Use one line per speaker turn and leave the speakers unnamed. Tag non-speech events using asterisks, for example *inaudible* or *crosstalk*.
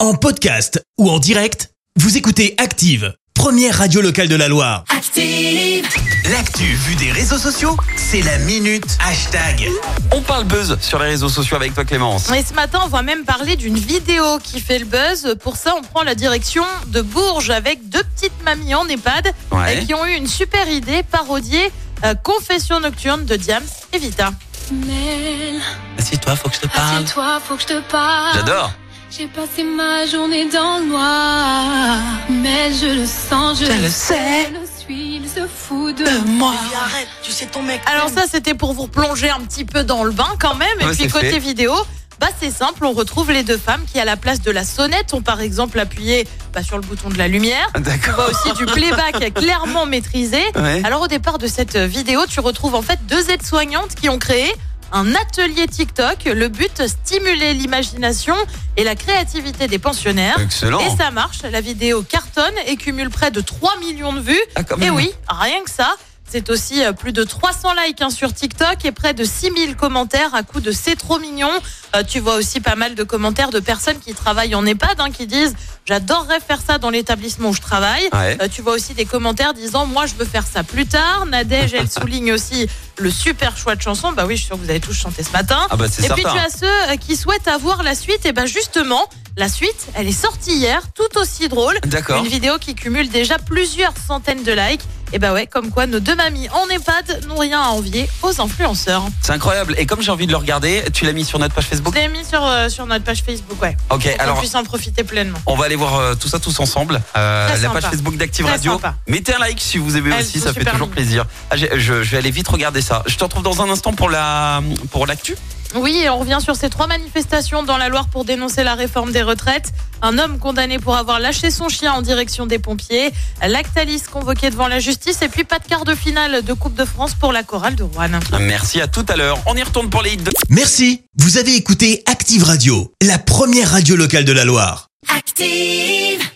En podcast ou en direct, vous écoutez Active, première radio locale de la Loire.
Active,
L'actu vue des réseaux sociaux, c'est la minute hashtag. On parle buzz sur les réseaux sociaux avec toi Clémence.
Et ce matin, on va même parler d'une vidéo qui fait le buzz. Pour ça, on prend la direction de Bourges avec deux petites mamies en EHPAD euh,
Ouais.
qui ont eu une super idée parodier euh, Confession nocturne de Diams et Vita.
Mel,
Assieds-toi, faut que je
Ah.
te parle.
assieds-toi, faut que je te parle.
J'adore.
J'ai passé ma journée dans le noir. Mais je le sens, je, le sais. Je le suis, il se fout de, moi.
Arrête, tu sais ton mec.
Alors ça, c'était pour vous plonger un petit peu dans le bain quand même. Et
Ouais,
puis
c'est
côté
fait.
vidéo, bah c'est simple, on retrouve les deux femmes qui à la place de la sonnette ont par exemple appuyé bah, sur le bouton de la lumière. On
D'accord.
voit aussi du playback *laughs* clairement maîtrisé.
Ouais.
Alors au départ de cette vidéo, tu retrouves en fait deux aides-soignantes qui ont créé un atelier TikTok. Le but, stimuler l'imagination et la créativité des pensionnaires. Et
Excellent.
ça marche, la vidéo cartonne et cumule près de 3 millions de vues.
Ah, quand
Et
même.
oui, rien que ça. C'est aussi euh, plus de 300 likes hein, sur TikTok et près de 6000 commentaires à coup de c'est trop mignon. Euh, tu vois aussi pas mal de commentaires de personnes qui travaillent en EHPAD hein, qui disent j'adorerais faire ça dans l'établissement où je travaille.
Ouais.
Euh, tu vois aussi des commentaires disant moi je veux faire ça plus tard. Nadège
*laughs*
elle souligne aussi le super choix de chanson. Bah oui, je suis sûr que vous avez tous chanté ce matin.
Ah bah c'est
Et puis tu
certain.
as ceux euh, qui souhaitent avoir la suite. Et ben justement, la suite, elle est sortie hier, tout aussi drôle.
D'accord.
Une vidéo qui cumule déjà plusieurs centaines de likes. Et bah ouais, comme quoi nos deux mamies en EHPAD n'ont rien à envier aux influenceurs.
C'est incroyable. Et comme j'ai envie de le regarder, tu l'as mis sur notre page
Je
Facebook.
l'ai mis sur, euh, sur notre page Facebook, ouais.
Ok,
Pour qu'on
alors
puisse en profiter pleinement.
on va aller voir euh, tout ça tous ensemble. Euh,
Très
la page
sympa.
Facebook d'Active
Très
Radio.
sympa.
Mettez un like si vous aimez
Elles
aussi,
sont
ça fait
super
toujours
mignonnes.
plaisir. Ah, j'ai- je, je vais aller vite regarder ça. Je te retrouve dans un instant pour la pour l'actu.
Oui, et on revient sur ces trois manifestations dans la Loire pour dénoncer la réforme des retraites. Un homme condamné pour avoir lâché son chien en direction des pompiers. Lactalis convoqué devant la justice. Et puis pas de quart de finale de Coupe de France pour la chorale de Rouen.
Merci à tout à l'heure. On y retourne pour les hits de-
Merci, vous avez écouté Active Radio, la première radio locale de la Loire.
active.